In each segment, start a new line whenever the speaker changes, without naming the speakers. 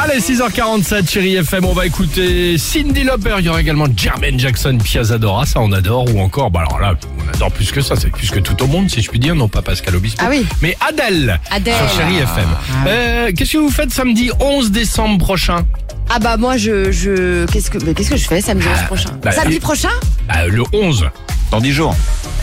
6h47, chérie FM, on va écouter Cindy Lauper. Il y aura également Jermaine Jackson, Piazzadora, ça on adore. Ou encore, bah alors là, on adore plus que ça, c'est plus que tout au monde, si je puis dire. Non pas Pascal Obispo,
Ah oui.
mais Adèle,
Adèle. Ah.
sur chérie FM. Euh, Qu'est-ce que vous faites samedi 11 décembre prochain
Ah bah moi je je qu'est-ce que mais qu'est-ce que je fais samedi prochain
bah,
Samedi
il-
prochain
Bah, Le 11
Dans 10 jours.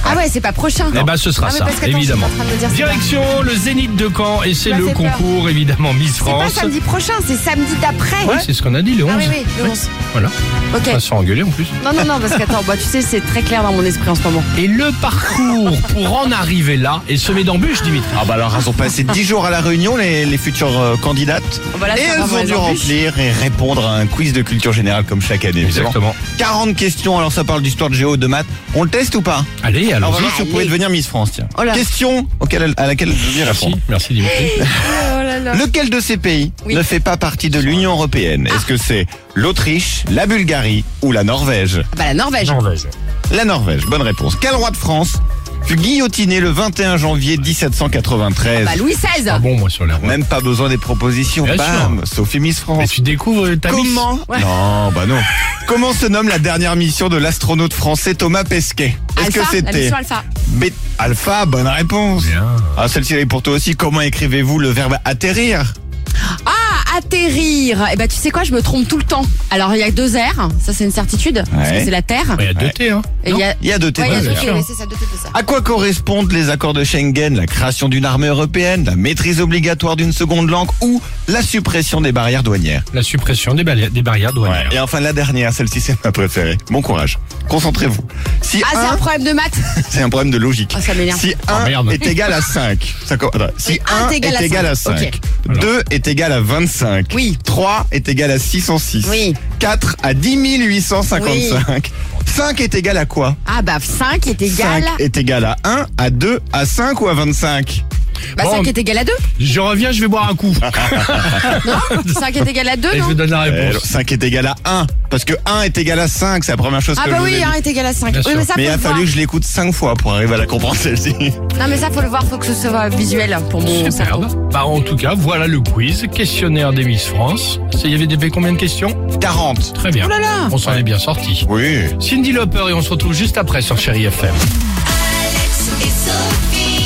Ah ouais, c'est pas prochain.
Eh ben, ce sera
Ah, mais
ça,
parce qu'attends,
évidemment.
je suis en train de me dire, c'est Bah,
Direction le Zénith de Caen et c'est
Tu m'as
le
fait peur.
concours évidemment Miss
pas- C'est
France.
pas samedi prochain, c'est samedi d'après.
Oui, c'est ce qu'on a dit, le 11.
Ah oui oui, le 11.
Voilà,
OK.
on va se faire engueuler en plus.
Non non non parce qu'attends, bah tu sais, c'est très clair dans mon esprit en ce moment.
Et le parcours pour en arriver là est semé d'embûches, Dimitri.
Ah bah alors, elles ont passé 10 jours à la réunion, les, les futures euh, candidates.
Voilà,
et
ça va,
elles
moi,
ont
les
dû
embûches.
remplir et répondre à un quiz de culture générale comme chaque année. évidemment.
Exactement.
40 questions, alors ça parle d'histoire de géo, de maths. On le teste ou pas
Allez,
Alors,
alors.
On va voir si vous pouvez devenir Miss France, tiens.
Ah, Oh là.
Question auquel elle- à laquelle je viens
Merci,
répondre.
merci Dimitri.
Oh là là.
Lequel de ces pays
Oui. Ah.
ne fait pas partie de l'Union Européenne Est-ce que c'est l'Autriche, la Bulgarie ou la Norvège
Bah la Norvège.
La Norvège, bonne réponse. Quel roi de France fut guillotiné le 21 janvier 1793
Bah Louis XVI.
Ah bon, moi sur la
Même pas besoin des propositions.
Bien
Bam, Sophie Miss
Mais
France.
tu découvres euh, ta miss.
Comment
Ouais.
Non, bah non. Comment se nomme la dernière mission de l'astronaute français Thomas Pesquet Est-ce
Alpha,
que
la
c'était
mission Alpha.
Bét- Alpha Bonne réponse.
Bien.
Ah, celle-ci elle est pour toi aussi. Comment écrivez-vous le verbe atterrir
Ah, atterrir. Et bah tu sais quoi, je me trompe tout le temps. Alors il y a deux R, ça c'est une certitude parce que
Ouais.
c'est la Terre.
Ouais, Il y a deux
Ouais.
T, hein.
Et il y a
Il y a deux T.
Ouais, il y a
bien
deux T,
sûr.
ouais, c'est ça, deux T, c'est ça.
À quoi correspondent les accords de Schengen, la création d'une armée européenne, la maîtrise obligatoire d'une seconde langue ou la suppression des barrières douanières
La suppression des, barri- des barrières douanières.
Et enfin la dernière, celle-ci c'est ma préférée. Bon courage, concentrez-vous. Si
Ah, c'est
un-
un problème de maths.
c'est un problème de logique.
Ah, ça m'énerve.
si
Ah,
1
merde.
est égal à 5, ça com- attends, si
Oui, un
1
est
est
égal à
égal à
cinq.
5,
Ok.
2 est égal à 25,
Oui.
3 est égal à 606,
Oui.
4 à 10 855, 5 est égal à quoi
Ah bah 5 est
5
égal.
est égal à 1, à 2, à 5 ou à 25
Bah
Bon.
5 est égal à 2.
Je reviens, je vais boire un coup.
Non 5 est égal à 2,
Et je
Ah, non
vous donne la
Euh,
réponse.
5 est égal à 1, parce que 1 est égal à 5, c'est la première chose
Ah
que
bah
je vous ai
oui,
dit.
1 est égal à 5.
Bien
Oui,
sûr.
mais ça, faut
Mais il
le
a
voir.
fallu que je l'écoute 5 fois pour arriver à la comprendre celle-ci.
Non mais ça, faut le voir, faut que ce soit visuel pour mon cerveau.
Superbe. Bah, en tout cas, voilà le quiz, questionnaire des Miss France. C'est- Il y avait des combien de questions
40.
Très bien.
Oh là là
On s'en est bien sorti.
Oui.
Cindy Lauper et on se retrouve juste après sur Chérie FM.
Alex et Sophie.